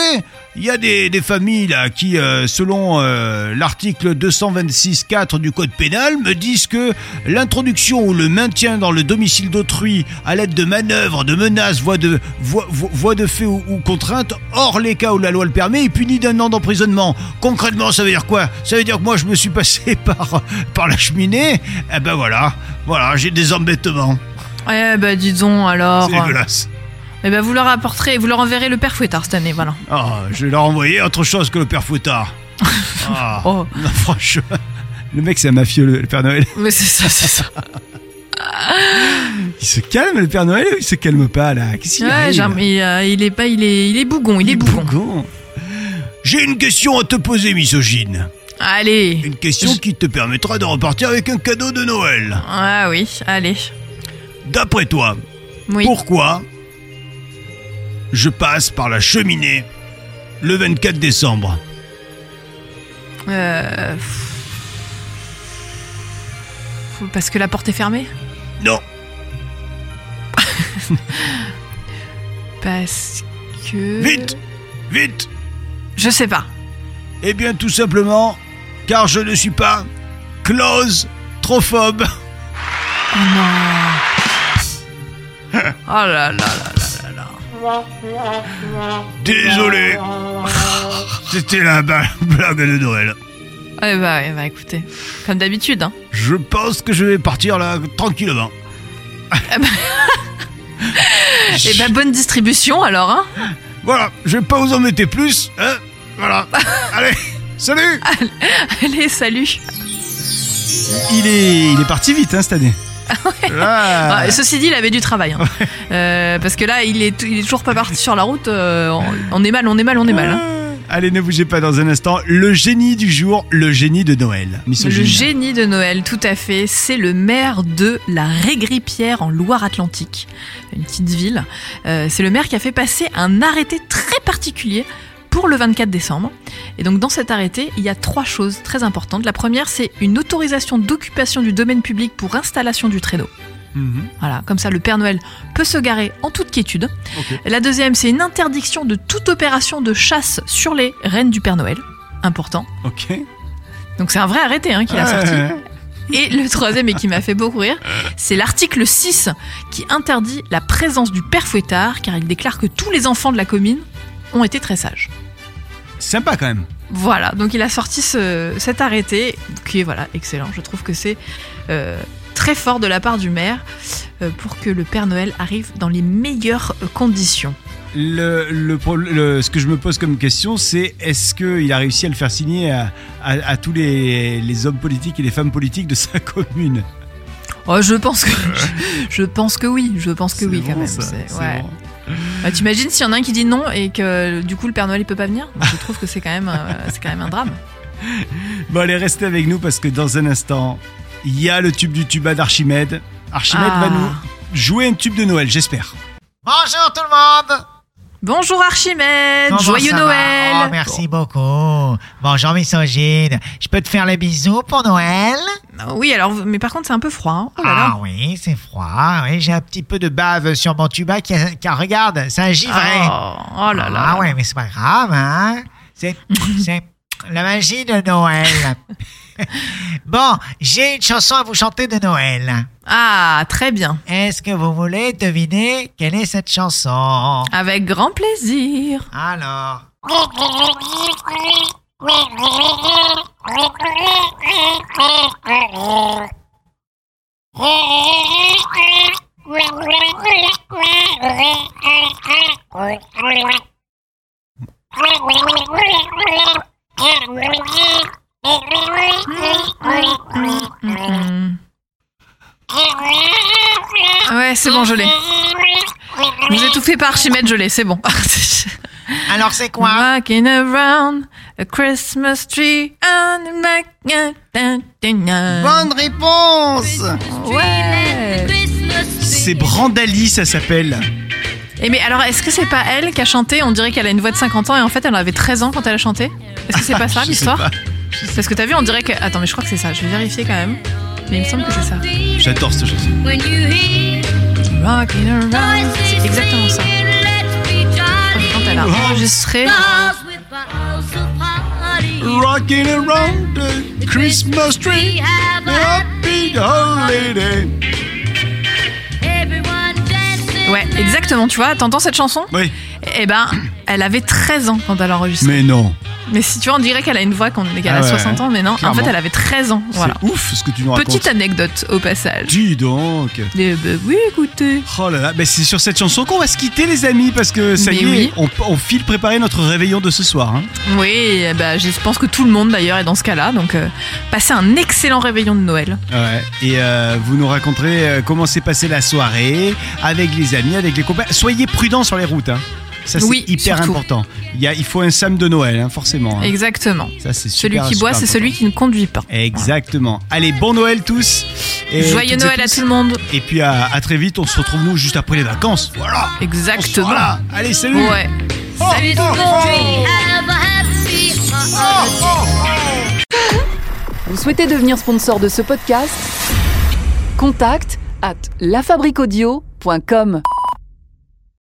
B: Il y a des, des familles là qui, euh, selon euh, l'article 226.4 du code pénal, me disent que l'introduction ou le maintien dans le domicile d'autrui à l'aide de manœuvres, de menaces, voies de, voies, voies- voies de fait ou, ou contraintes, hors les cas où la loi le permet, est puni d'un an d'emprisonnement. Concrètement, ça veut dire quoi Ça veut dire que moi, je me suis passé par, par la cheminée. Eh ben voilà, voilà, j'ai des embêtements.
C: Eh bah dis donc alors.
B: C'est dégueulasse.
C: Eh ben vous leur apporterez, vous leur enverrez le père Fouettard cette année, voilà.
B: Ah, je vais leur envoyer autre chose que le père Foutard. Ah,
C: Oh,
B: non, franchement. Le mec, c'est un mafieux, le, le Père Noël.
C: mais c'est ça, c'est ça.
B: Il se calme, le Père Noël, ou il se calme pas, là Qu'est-ce qu'il
C: Ouais,
B: arrive
C: genre, il, euh, il est pas, il est, il est bougon, il est bougon.
B: J'ai une question à te poser, misogyne.
C: Allez.
B: Une question qui te permettra de repartir avec un cadeau de Noël.
C: Ah oui, allez.
B: D'après toi,
C: Oui.
B: pourquoi je passe par la cheminée le 24 décembre
C: Euh, pff. Parce que la porte est fermée
B: Non,
C: Parce que.
B: vite, vite
C: Je sais pas.
B: Eh bien, tout simplement, car je ne suis pas close trophobe.
C: Oh non. Oh là là là là là là.
B: Désolé. C'était la ba- blague de Noël.
C: Eh bah, eh bah, écoutez, comme d'habitude, hein.
B: Je pense que je vais partir là tranquillement.
C: Ah bah. Eh bah, bonne distribution alors, hein.
B: Voilà, je vais pas vous embêter plus. Hein voilà. Allez, salut
C: Allez, salut.
B: il est, il est parti vite hein, cette année. Ah.
C: Ah, ceci dit, il avait du travail. hein. Euh, parce que là, il est, t- il est toujours pas parti sur la route. euh, on, on est mal, on est mal, on
B: Ah.
C: est mal. hein.
B: Allez, ne bougez pas dans un instant. Le génie du jour, le génie de Noël. Mission
C: Le
B: génie.
C: génie de Noël, tout à fait, c'est le maire de la Régripière en Loire-Atlantique, une petite ville. Euh, c'est le maire qui a fait passer un arrêté très particulier pour le 24 décembre. Et donc dans cet arrêté, il y a trois choses très importantes. La première, c'est une autorisation d'occupation du domaine public pour installation du traîneau.
B: Mhm.
C: Voilà, comme ça le Père Noël peut se garer en toute quiétude.
B: Ok.
C: La deuxième, c'est une interdiction de toute opération de chasse sur les rennes du Père Noël. Important.
B: Ok.
C: Donc c'est un vrai arrêté hein, qu'il a sorti. Et le troisième, et qui m'a fait beaucoup rire, c'est l'article 6 qui interdit la présence du Père Fouettard car il déclare que tous les enfants de la commune ont été très sages.
B: Sympa quand même.
C: Voilà, donc il a sorti ce- cet arrêté qui est voilà, excellent. Je trouve que c'est euh, très fort de la part du maire euh, pour que le Père Noël arrive dans les meilleures euh, conditions.
B: Le, le pro- le- ce que je me pose comme question, c'est est-ce qu'il a réussi à le faire signer à, à- à tous les, les hommes politiques et les femmes politiques de sa commune
C: Oh, je pense que je, je pense que oui, je pense que
B: C'est
C: oui quand
B: bon,
C: même.
B: ça,
C: c'est-
B: c'est
C: ouais.
B: bon.
C: Bah, T'imagines s'il y en a un qui dit non et que du coup le Père Noël il peut pas venir Moi, Je trouve que c'est quand même euh, c'est quand même un drame.
B: Bon, allez, restez avec nous parce que dans un instant, il y a le tube du tuba d'Archimède. Archimède
C: Ah.
B: va nous jouer un tube de Noël, j'espère.
F: Bonjour tout le monde
C: Bonjour Archimède,
F: Comment
C: joyeux
F: ça va
C: Noël.
F: Oh, Merci beaucoup Bonjour misogyne, je peux te faire le bisou pour Noël
C: Oui alors mais par contre c'est un peu froid. hein. Oh là là.
F: Ah oui, c'est froid, oui, j'ai un petit peu de bave sur mon tuba qui, a- car regarde, Ah, c'est un givré
C: Oh, oh là là.
F: Ah ouais, mais c'est pas grave, hein C'est c'est la magie de Noël Bon, j'ai une chanson à vous chanter de Noël.
C: Ah, très bien.
F: Est-ce que vous voulez deviner quelle est cette chanson
C: Avec grand plaisir.
F: Alors...
C: Hmm. Ouais, c'est bon, je l'ai. Vous étouffez par Archimède, je l'ai, c'est bon.
F: Alors c'est quoi
C: Walking around a Christmas tree and a mac-
F: Bonne réponse
C: Ouais.
B: C'est Brandali, ça s'appelle.
C: Et Eh, mais alors, est-ce que c'est pas elle qui a chanté On dirait qu'elle a une voix de 50 ans et en fait, elle en avait 13 ans quand elle a chanté. Est-ce que c'est pas ça
B: Je sais
C: l'histoire
B: pas.
C: Parce que t'as vu, on dirait que. Attends, mais je crois que c'est ça. Je vais vérifier quand même. Mais il me semble que c'est ça.
B: J'adore cette chanson.
C: Rocking around. C'est exactement ça. Quand elle a enregistré.
B: Rocking around the Christmas tree, happy holiday.
C: Ouais, exactement, tu vois, t'entends cette chanson
B: Oui,
C: Eh ben, elle avait 13 ans quand elle a enregistré.
B: mais non.
C: Mais, si tu vois, on dirait qu'elle a une voix qu'on- qu'elle
B: Ah
C: a
B: ouais,
C: 60 ans, mais non,
B: clairement.
C: en fait, elle avait 13 ans. Voilà.
B: C'est ouf ce que tu nous racontes.
C: Petite anecdote au passage.
B: Dis donc.
C: Eh ben, oui, écoutez.
B: Oh là là, mais c'est sur cette chanson qu'on va se quitter, les amis, parce que ça
C: Mais
B: y est,
C: oui.
B: on, on file préparer notre réveillon de ce soir. hein.
C: Oui, eh ben, je pense que tout le monde d'ailleurs est dans ce cas-là. Donc, euh, passez un excellent réveillon de Noël.
B: Ouais. Et euh, vous nous raconterez euh, comment s'est passée la soirée avec les amis, avec les copains. Soyez prudents sur les routes. hein. Ça, c'est
C: Oui,
B: hyper
C: surtout.
B: important. Il, y a, il faut un Sam de Noël, hein, forcément. hein.
C: Exactement.
B: Ça, c'est
C: Celui
B: super,
C: qui boit,
B: super
C: c'est
B: important.
C: celui qui ne conduit pas.
B: Exactement. Allez, bon Noël tous. Et
C: Joyeux
B: toutes et
C: Noël à
B: tous.
C: tout le monde.
B: Et puis à, à très vite, on se retrouve nous juste après les vacances. Voilà. On se
C: Exactement.
B: voit là. Allez, salut.
C: Ouais.
B: Salut tout le monde.
E: Vous souhaitez devenir sponsor de ce podcast Contact à lafabriquaudio.com.